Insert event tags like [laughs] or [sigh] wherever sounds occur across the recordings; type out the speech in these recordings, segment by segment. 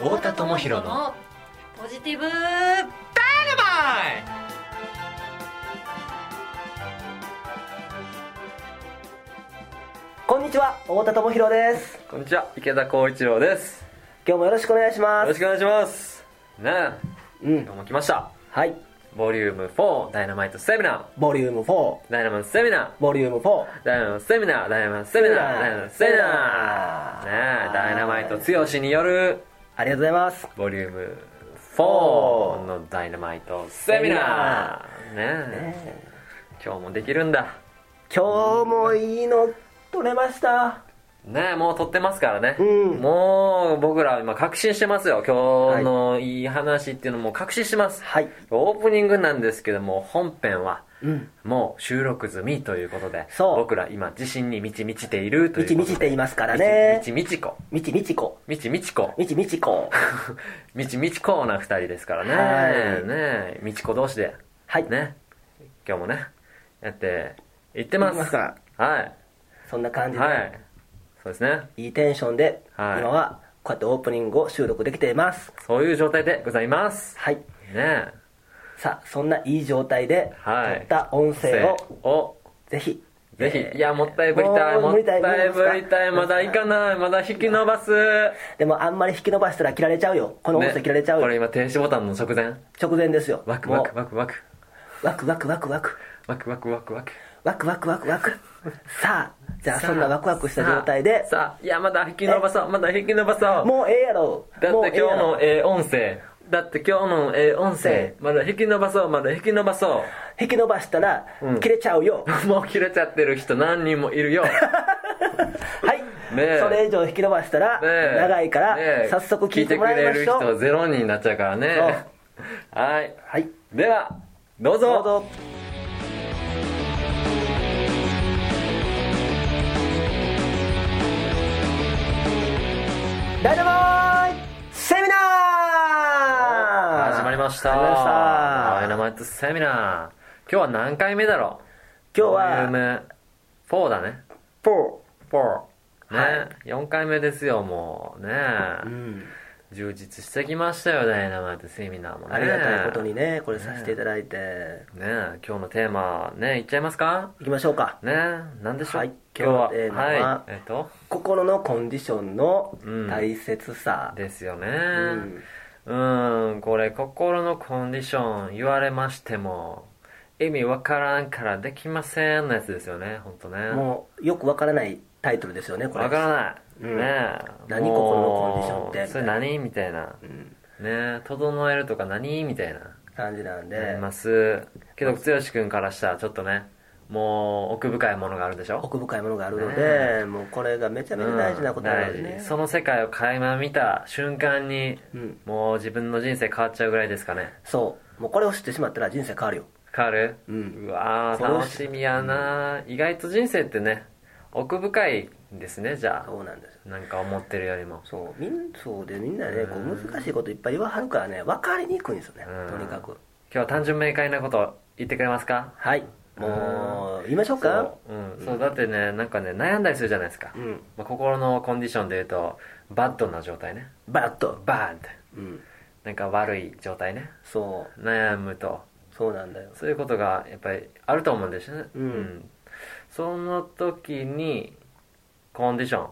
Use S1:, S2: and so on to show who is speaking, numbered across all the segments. S1: 太田智博の
S2: ポジティブ
S3: こんにちは太田智博です
S1: こんにちは池田光一郎です
S3: 今日もよろしくお願いし
S1: よ
S3: ま
S1: ろ
S3: す
S1: しくお願いしますねえ
S3: うん
S1: 今日も来ました
S3: はい
S1: ボリューム4ダイナマイトセミナ
S3: ボリューム4
S1: ーダイナマイトセミナ
S3: ボリューム4
S1: ーダイナマイトセミナーダイナマイトセミナーダイナマイトセミナーねえダイナマイト剛による
S3: ありがとうございます
S1: ボリューム4のダイナマイトセミナーねえ今日もできるんだ
S3: 今日もいいの取れました
S1: ねえもう撮ってますからね、
S3: うん
S1: もう僕ら今確信してますよ今日のいい話っていうのも確信してます、
S3: はい
S1: オープニングなんですけども本編は
S3: うん
S1: もう収録済みということで
S3: そう
S1: 僕ら今自信に満ち満ちているとい
S3: み
S1: う
S3: ちみ
S1: こと
S3: ち
S1: で
S3: ていますからね
S1: 満ち満ち子
S3: みちみちこ
S1: 満ち満ち子
S3: みちみちこ
S1: 満ち満ち子な二人ですからね、
S3: は
S1: ね
S3: い
S1: え満ち子同士で
S3: はい
S1: ね今日もねやっていって
S3: い
S1: ま
S3: ますすから
S1: は
S3: そんな感
S1: い
S3: じで、
S1: はいそうですね
S3: い、いテンションで、
S1: はい
S3: 今はこうやってオープニングを収録できています
S1: そういう状態でございます
S3: はい
S1: ねえ
S3: さあそんないい状態で
S1: はい
S3: 撮った音声を
S1: を
S3: ぜひ
S1: ぜひ、
S3: えー
S1: いやもったいぶりたい
S3: も
S1: も
S3: う
S1: っ
S3: 無理だ
S1: た
S3: よ
S1: いぶりたい
S3: 無
S1: ま
S3: 理だ
S1: だいかないまだ引き伸ばす
S3: でもあんまり引き伸ばしたら切られちゃうよこの音声
S1: ね
S3: 切られちゃう
S1: こ
S3: よ、
S1: れ今停止ボタンの直前
S3: 直前ですよ
S1: ワクワク
S3: も
S1: ワクワク
S3: うワクワクワクワク
S1: ワクワクワクワク
S3: ワクワクワクワクさあじゃあそんなワクワクした状態
S1: さ
S3: で
S1: あさあいやまだ引き伸ばそうまだ引き伸ばそう
S3: もうええやろ
S1: だ
S3: も
S1: っ
S3: う
S1: て
S3: ええ
S1: 今
S3: や
S1: 日
S3: ろ
S1: のええ音声だって今日のええ音声まだ引き伸ばそうまだ引き伸ばそ
S3: 引き伸ばしたら
S1: うん
S3: 切れちゃうよ、
S1: う [laughs] もう切れちゃってる人何人もいる
S3: [laughs]
S1: よ
S3: はい
S1: ねえ
S3: それ以上引き伸ばした
S1: ね
S3: ら
S1: え
S3: 長いから、
S1: ねえ
S3: 早速聞いてもらいましょ
S1: 聞いてくれる
S3: う
S1: 人ゼロ人になっちゃうからね [laughs] はい
S3: はい
S1: ではどうぞ
S3: どうぞダイナマイトセミナー
S1: 始まりました
S3: 始まりました
S1: ダイナマイトセミナー今日は何回目だろう
S3: 今日
S1: ボリ
S3: は
S1: ューム4だね
S3: 4
S1: 4ね、
S3: は
S1: 4回目ですよもうね、
S3: うん
S1: 充実してきましたよダイナマイトセミナーもね
S3: ありがたいことにねこれさせていただいて、
S1: ね今日のテーマねいっちゃいますか
S3: いきましょうか
S1: ね何でしょう、
S3: はい
S1: 今日は
S3: 今日のテーマはい
S1: えっと
S3: 心のコンディションの
S1: うん
S3: 大切さ、
S1: ですよね
S3: う
S1: う
S3: ん
S1: んこれ心のコンディション言われましても意味わからんからできませんのやつですよね本当ね
S3: もうよくわからないタイトルですよねこれ
S1: わからない、
S3: うん
S1: ねえ
S3: 何
S1: もう
S3: 心のコンディションって
S1: それ何みたいな
S3: うん
S1: ねえ整えるとか何みたいな
S3: 感じなんで、
S1: ありますけど剛君からしたらちょっとねもう奥深いものがあるでしょ
S3: 奥深いものがあるの
S1: ね
S3: で、もうこれがめちゃめちゃ大事なことなので
S1: うん大
S3: ね
S1: 事、その世界を垣間見た瞬間に、
S3: うん
S1: もう自分の人生変わっちゃうぐらいですかね
S3: そうもうこれを知ってしまったら人生変わるよ
S1: 変わる
S3: うん
S1: うわー
S3: これを
S1: 楽しみやな、意外と人生ってね奥深いんですねじゃ
S3: そうなんです
S1: あなんか思ってるよりも
S3: そうみんそうでみんなねこう難しいこといっぱい言わはるからね分かりにくいんですよね
S1: うん
S3: とにかく
S1: 今日は単純明快なこと言ってくれますか
S3: はいもう言いましょうか
S1: そう,、うん、そうだってねなんかね悩んだりするじゃないですか、
S3: うん
S1: まあ、心のコンディションで言うとバッドな状態ね
S3: バッと
S1: バッド
S3: うん
S1: なんか悪い状態ね
S3: そ
S1: 悩むと
S3: うそうなんだよ
S1: そういうことがやっぱりあると思うんですよね
S3: うん
S1: その時にコンディション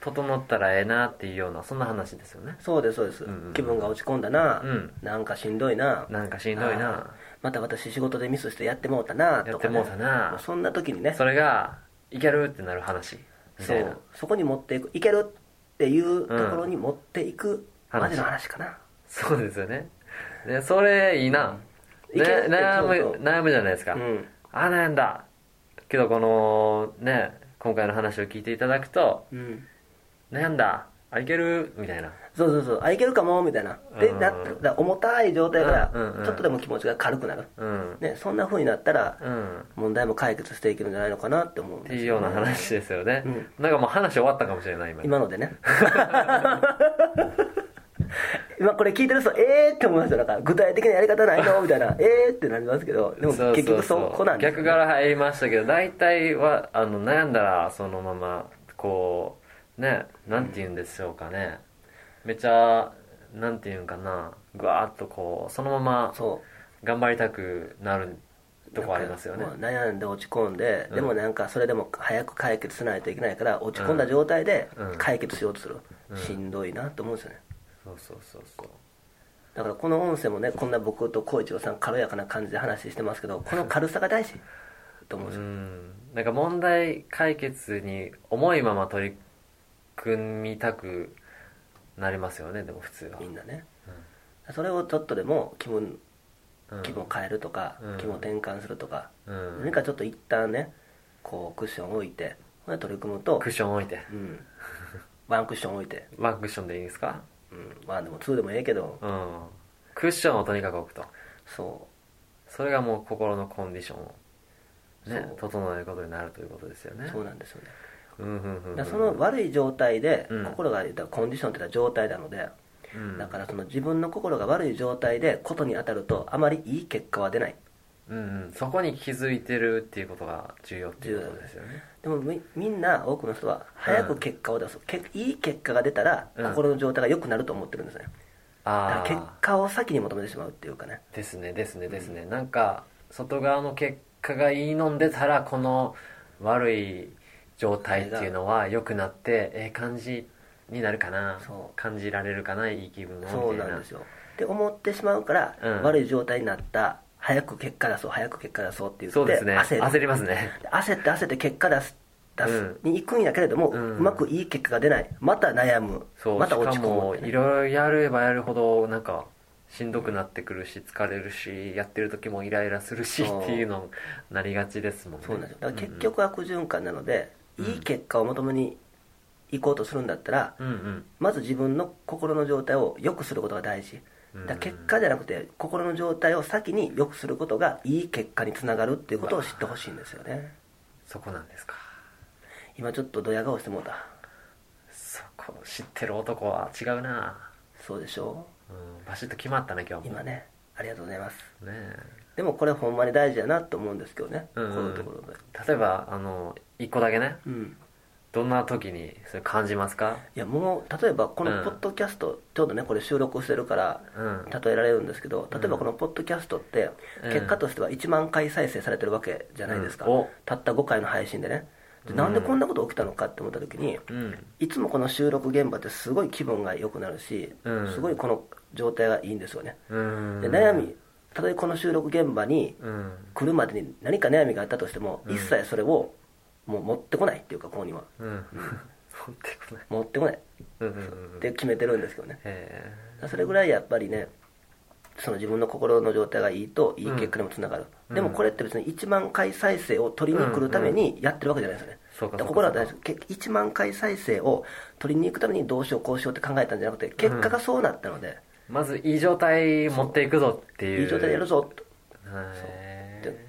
S1: 整ったらええなっていうようなそんな話ですよね
S3: そうですそうです、
S1: うんうん
S3: 気分が落ち込んだな、
S1: うん
S3: なんかしんどいな
S1: なんかしんどい
S3: あー
S1: な
S3: また私仕事でミスしてやってもうたなとか、ね、
S1: やってもうたな
S3: もうそんな時にね
S1: それがいけるってなる話み
S3: そ
S1: たいな
S3: うそこに持っていくいけるっていうところに持っていく
S1: うん
S3: までの話かな、
S1: そうですよねねそれいいな、
S3: うん
S1: ね
S3: いけるって
S1: 悩
S3: そう
S1: む
S3: そう
S1: 悩むじゃないですか、
S3: うん
S1: あ悩んだけどこのね今回の話を聞いていただくと
S3: うん、
S1: 悩んだあいけるみたいな
S3: そうそうそうあいけるかもみたいなで
S1: うん
S3: なってだから重たい状態か
S1: うんうんうん
S3: らちょっとでも気持ちが軽くなる、
S1: うん
S3: ね、そんな風になったら
S1: うん
S3: 問題も解決していけるんじゃないのかなって思うん
S1: っ
S3: です
S1: ていうような話ですよね、
S3: うん
S1: なんかもう話終わったかもしれない今
S3: 今のでね今これ聞いてる人えーって思いますよなんか具体的なやり方ないのみたいなえーってなりますけどでも
S1: そうそうそう
S3: 結局そこなんです
S1: 逆から入りましたけど大体はあの悩んだらそのままこうねなんて言うんでしょうかね、めちゃなんていうんかなぐわーっとこうそのまま
S3: そ
S1: 頑張りたくなる
S3: う
S1: とこありますよね
S3: なんかまあ悩んで落ち込んで、
S1: うん
S3: でもなんかそれでも早く解決しないといけないから落ち込んだ状態で
S1: うん
S3: 解決しようとする、
S1: うん
S3: しんどいなと思うんですよね
S1: そうそうそうそう
S3: だからこの音声もねこんな僕と浩一郎さん軽やかな感じで話してますけどこの軽さが大事と思うんです
S1: う
S3: よ、
S1: んなんか問題解決に重いまま取り組みたくなりますよねでも普通は
S3: みんなね、それをちょっとでも気分気分を変えるとか、
S1: うん
S3: 気分を転換するとか、
S1: うん、うん
S3: 何かちょっと一旦ねこうクッション置いてほんで取り組むと
S1: クッション置いて
S3: うんワンクッション置いて、
S1: ワンクッションでいいですか
S3: うん、ワンでもツーでもええけど
S1: うんクッションをとにかく置くと
S3: そ
S1: それがもう心のコンディションをね
S3: そう
S1: 整えることになるということですよ
S3: う
S1: ね
S3: そうなんですよね
S1: うんうんうんうん
S3: だからその悪い状態で、
S1: うん
S3: 心が言ったらコンディションって言ったら状態なので、
S1: うん
S3: だからその自分の心が悪い状態でことに当たるとあまりいい結果は出ない
S1: うんうんそこに気づいてるっていうことが重要っていうことですよね
S3: でもみみんな多くの人は早く結果を出す、けいい結果が出たら
S1: うん
S3: 心の状態が良くなると思ってるんですね、だから
S1: あ
S3: 結
S1: あ
S3: 果を先に求めてしまうっていうかね
S1: ですねですねですね、なんか外側の結果がいいのんでたらこの悪い状態っていうのは良くなってええ感じになるかな
S3: そう
S1: 感じられるかないい気分をみたいな
S3: そうなんですよって思ってしまうから、
S1: うん
S3: 悪い状態になった早く結果出そう早く結果出そうって言って
S1: そうですね
S3: 焦る
S1: 焦りますね
S3: 焦って焦って結果出す出すに行くんやけれども、
S1: う
S3: うんまくいい結果が出ないまた悩む
S1: そう
S3: また落ち
S1: しか
S3: 込む
S1: も
S3: ってね
S1: いろいろやればやるほどなんかしんどくなってくるし疲れるしやってる時もイライラするし
S3: そう
S1: っていうのになりがちですもんね
S3: そうなんですよだから結
S1: うん
S3: 局悪循環なので、
S1: うん
S3: いい結果を求めに行こうとするんだったら、
S1: うんうん
S3: まず自分の心の状態を良くすることが大事
S1: うん
S3: だから結果じゃなくて心の状態を先に良くすることがいい結果につながるっていうことを知ってほしいんですよね
S1: そこなんですか
S3: 今ちょっとドヤ顔してもうた
S1: そこ知ってる男は違うな
S3: そうでしょ
S1: うんバシッと決まったね今日も
S3: 今
S1: ね
S3: ねありがとうございます
S1: え
S3: でもこれほんまに大事だなと思うんですけどね、
S1: うんうん
S3: こういうところで
S1: 例えばあの一個だけね
S3: うん
S1: どんな時にそれ感じますか
S3: いやもう例えばこ
S1: うん
S3: のポッドキャスト、ちょうどねこれ収録してるから
S1: うん
S3: 例えられるんですけど例え
S1: う
S3: ば
S1: ん
S3: このポッドキャストって
S1: うん
S3: 結果としては1万回再生されてるわけじゃないですか、
S1: うんお
S3: たった5回の配信でねで
S1: うん
S3: なんでこんなこと起きたのかって思った時に
S1: うん
S3: いつもこの収録現場ってすごい気分が良くなるし、
S1: うん
S3: すごいこの状態がいいんですよね
S1: うん
S3: で悩みたとえこの収録現場に
S1: うん
S3: 来るまでに何か悩みがあったとしても、
S1: うん
S3: 一切それをもう持ってこないっていうかここには
S1: うん [laughs] 持ってこない
S3: 持ってこない
S1: うんうんうん
S3: っ
S1: へ
S3: て決めてるんですけどね
S1: え
S3: それぐらいやっぱりねその自分の心の状態がいいといい結果にもつながる、
S1: うん
S3: でもこれって別に1万回再生を取りに来るためにやってるわけじゃないですよね、
S1: そうか
S3: だ
S1: そ
S3: から
S1: うか
S3: ここらは大事1万回再生を取りに行くためにどうしようこうしようって考えたんじゃなくて結果がそうなったので、
S1: まずいい状態持っていくぞっていう
S3: いい状態でやるぞと
S1: はい
S3: そうで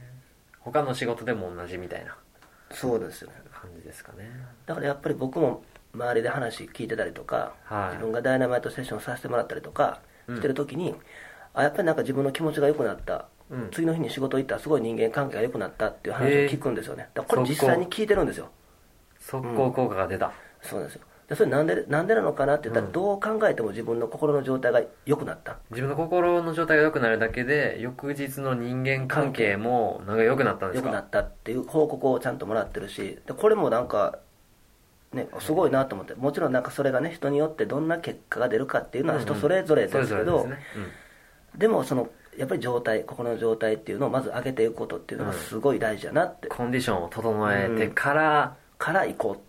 S1: 他の仕事でも同じみたいな
S3: そうですよね
S1: 感じですかね
S3: だからやっぱり僕も周りで話聞いてたりとか、
S1: はい
S3: 自分がダイナマイトセッションさせてもらったりとか
S1: うん
S3: してる時に、あやっぱりなんか自分の気持ちが良くなった、
S1: うん
S3: 次の日に仕事行ったらすごい人間関係が良くなったっていう話を聞くんですよねだからこれ実際に聞いてるんですよ
S1: 速攻効果が出た
S3: そうなんですよでそれなんでなんでなのかなって言ったら、
S1: うん
S3: どう考えても自分の心の状態が良くなった
S1: 自分の心の状態が良くなるだけで翌日の人間関係もなんか良くなったんで
S3: 良
S1: す
S3: くな
S1: か
S3: ったっていう報告をちゃんともらってるしでこれもなんかねすごいなと思ってもちろんなんかそれがね人によってどんな結果が出るかっていうのは人それぞれですけど、
S1: それぞれですねうん
S3: でもそのやっぱり状態心の状態っていうのをまず上げていくことっていうのがすごい大事だなって、
S1: コンディションを整えてから、
S3: から行こ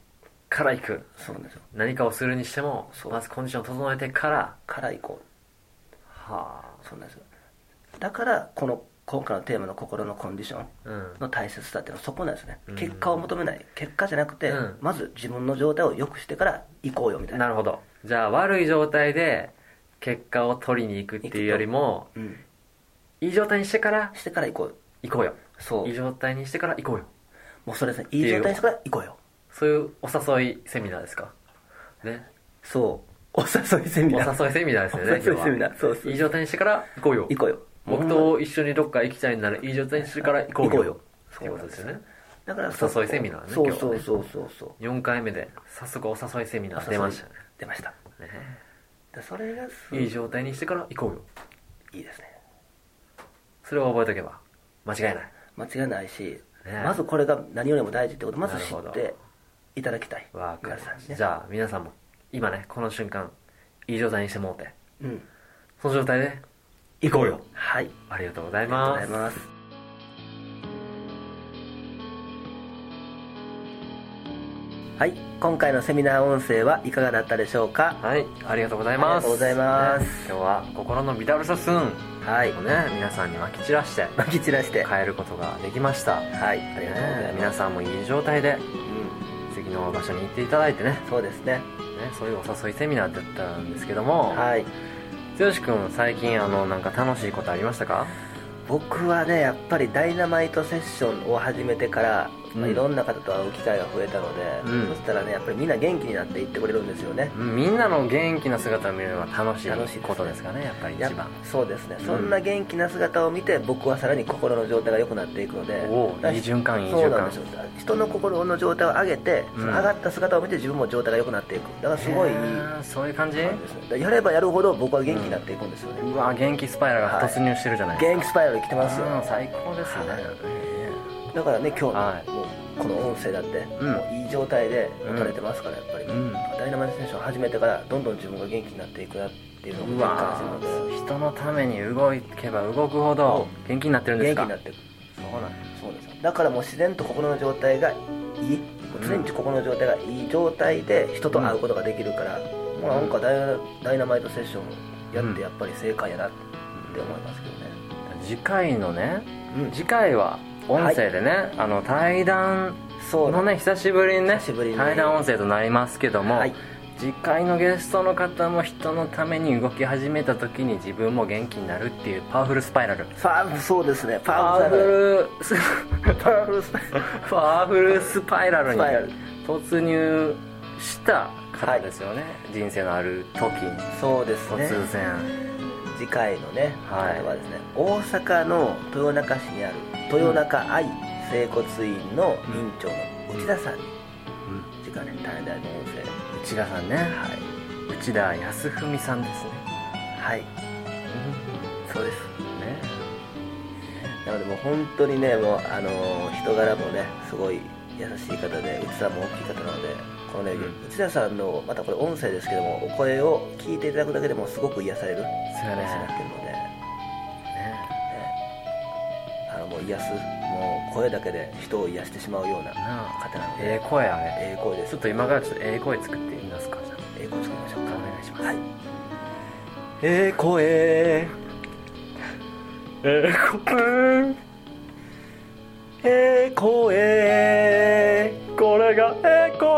S1: から行く
S3: うそうなんですよ
S1: 何かをするにしても
S3: そう
S1: まずコンディションを整えてから
S3: から行こ
S1: は
S3: うそうなんですよだからこの今回のテーマの心のコンディション
S1: あうん
S3: の大切さっていうのはそこなんですね、
S1: うん
S3: 結果を求めない結果じゃなくて、
S1: うん
S3: まず自分の状態を良くしてから行こうよみたいな
S1: なるほどじゃあ悪い状態で結果を取りに行くっていうよりも
S3: うん、
S1: いい状態にしてから
S3: してから行こう
S1: 行こうよ
S3: そう
S1: いい状態にしてから行こうよ
S3: もうそれですねいい状態にしてから行こうよ
S1: そういうお誘いセミナーですかね
S3: そうお誘いセミ
S1: お
S3: ナー
S1: 誘いセミナーですよね
S3: お誘いセミ
S1: 今日
S3: ナー
S1: は
S3: そうそう
S1: いい状態にしてから行こうよ
S3: 行こうよ
S1: 僕と一緒にどっか行きたいならいい状態にしてから行こうよ
S3: 行こうよ
S1: っていうことですよね
S3: だから
S1: お誘いセミナーね
S3: そう
S1: 今日は
S3: そ
S1: ね
S3: うそうそうそう
S1: 4回目で早速お誘いセミナー出ましたね
S3: 出ました
S1: ね
S3: ででそれがす
S1: いい状態にしてから行こうよ
S3: いいですね
S1: それを覚えとけば間違いない
S3: 間違いないし、
S1: ね
S3: まずこれが何よりも大事ってことまず知
S1: なる
S3: っ
S1: ほど
S3: ていただきたい
S1: わかりま
S3: 皆さん
S1: し
S3: に
S1: た
S3: ね
S1: じゃあ皆さんも今ねこの瞬間いい状態にしてもうて
S3: うん
S1: その状態で行こうよ
S3: はいあり
S1: ありがとうござい
S3: が
S1: ま
S3: とうござい
S1: す
S3: ますはい今回のセミナー音声はいかがだったでしょうか
S1: はいありがとうございます
S3: ありがとうございます
S1: ね今日は心のビタルサスーン
S3: はい
S1: をね皆さんにまき散らして
S3: まき散らして
S1: 変えることができました
S3: はいありがとうござ
S1: ね
S3: いま
S1: 皆
S3: す、
S1: さんもいい状態で次の場所に行っていただいてねね
S3: うん、そうですね
S1: そういうお誘いセミナーだったんですけども
S3: はい
S1: 剛君最近あのなんか楽しいことありましたか
S3: 僕はねやっぱりダイナマイトセッションを始めてから、ま
S1: う
S3: あ、
S1: ん
S3: いろんな方と会う機会が増えたので、
S1: うん
S3: そしたらねやっぱりみんな元気になっていってくれるんですよね、
S1: うんみんなの元気な姿を見るのが楽しい
S3: 楽しいですね
S1: ことですかねやっぱり
S3: や
S1: 一番
S3: そうですね、
S1: うん
S3: そんな元気な姿を見て僕はさらに心の状態が良くなっていくので
S1: おお
S3: だ
S1: いい
S3: し
S1: 循環いい
S3: そう
S1: 循
S3: なん
S1: 環
S3: ですよ人の心の状態を上げて、
S1: うん
S3: その上がった姿を見て自分も状態が良くなっていくだからすごいいい
S1: へーそういう感じ
S3: 感じですねだからやればやるほど僕は元気になっていくんですよね、
S1: うわ元気スパイラルが突入してるじゃないですか
S3: 元気スパイラル来てますよ
S1: うん最高ですね、
S3: はい
S1: え
S3: だからね今日、
S1: はい
S3: もうこの音声だって、
S1: うん
S3: もういい状態で取れてますからやっぱり、
S1: えうん
S3: ダイナマイト選手を始めてからどんどん自分が元気になっていくなっていうのを
S1: う
S3: 実
S1: わ
S3: 感するの
S1: ー人のために動けば動くほど元気になってるんで
S3: で
S1: す
S3: 元気
S1: か
S3: になっていく
S1: そうなんです
S3: そうですよだからもう自然と心の状態がいいもう常に心の状態がいい状態で人と会うことができるから、もうなんかダイナダイナマイトセッションやっ
S1: うん
S3: てやっぱり正解やなって思いますけどね、
S1: 次回のね
S3: うん
S1: 次回は音声でね、あの対談
S3: そう
S1: のね久しぶりにね
S3: 久しぶりにね
S1: 対談音声となりますけども、
S3: はい
S1: 次回のゲストの方も人のために動き始めた時に自分も元気になるっていうパワフルスパイラル
S3: パワフルそうですねパ
S1: パワ
S3: ワフル
S1: フルス
S3: パワフルスパイラル
S1: パワフルスパイラルに
S3: スパイラル
S1: 突入した方ですよね、人生のある時に
S3: そうですね
S1: 突然、
S3: 次回のね
S1: はい
S3: 方はですね、大阪の豊中市にある豊中愛整骨院の院長の内田さんに次回ね対談の音声
S1: 内田さんね
S3: はい
S1: 内田康文さんですね,、
S3: はいそうです
S1: ね
S3: なのでもう本当にねもうあのー人柄もねすごい優しい方で内田さんも大きい方なのでこのね、
S1: うん
S3: 内田さんのまたこれ音声ですけどもお声を聞いていただくだけでもすごく癒される
S1: そう
S3: 話
S1: や
S3: に
S1: ね
S3: なってるので、
S1: ね
S3: あのもう癒すもう声だけで人を癒してしまうような
S1: なあ
S3: 方なので
S1: ええ声あれ
S3: ええ声です
S1: ちょっと今からちょっとええ声作ってみますかじゃあ
S3: ええ声作りましょうか
S1: お願いします
S3: はい、
S1: ええ声ええ声ええ声これがええ声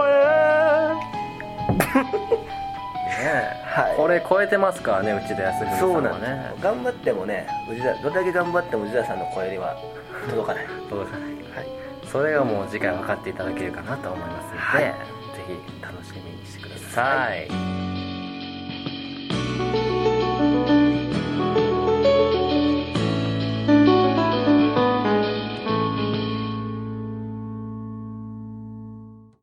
S1: ね
S3: は
S1: え
S3: い、
S1: これ超えてますからねうちで安文さん
S3: そう
S1: は
S3: なんですよ、
S1: ね
S3: 頑張ってもね宇治田どれだけ頑張っても宇治田さんの声には届かないは
S1: そうですね
S3: い
S1: それがもう次回分かっていただけるかなと思いますので、
S3: はい
S1: ぜひ楽しみにしてください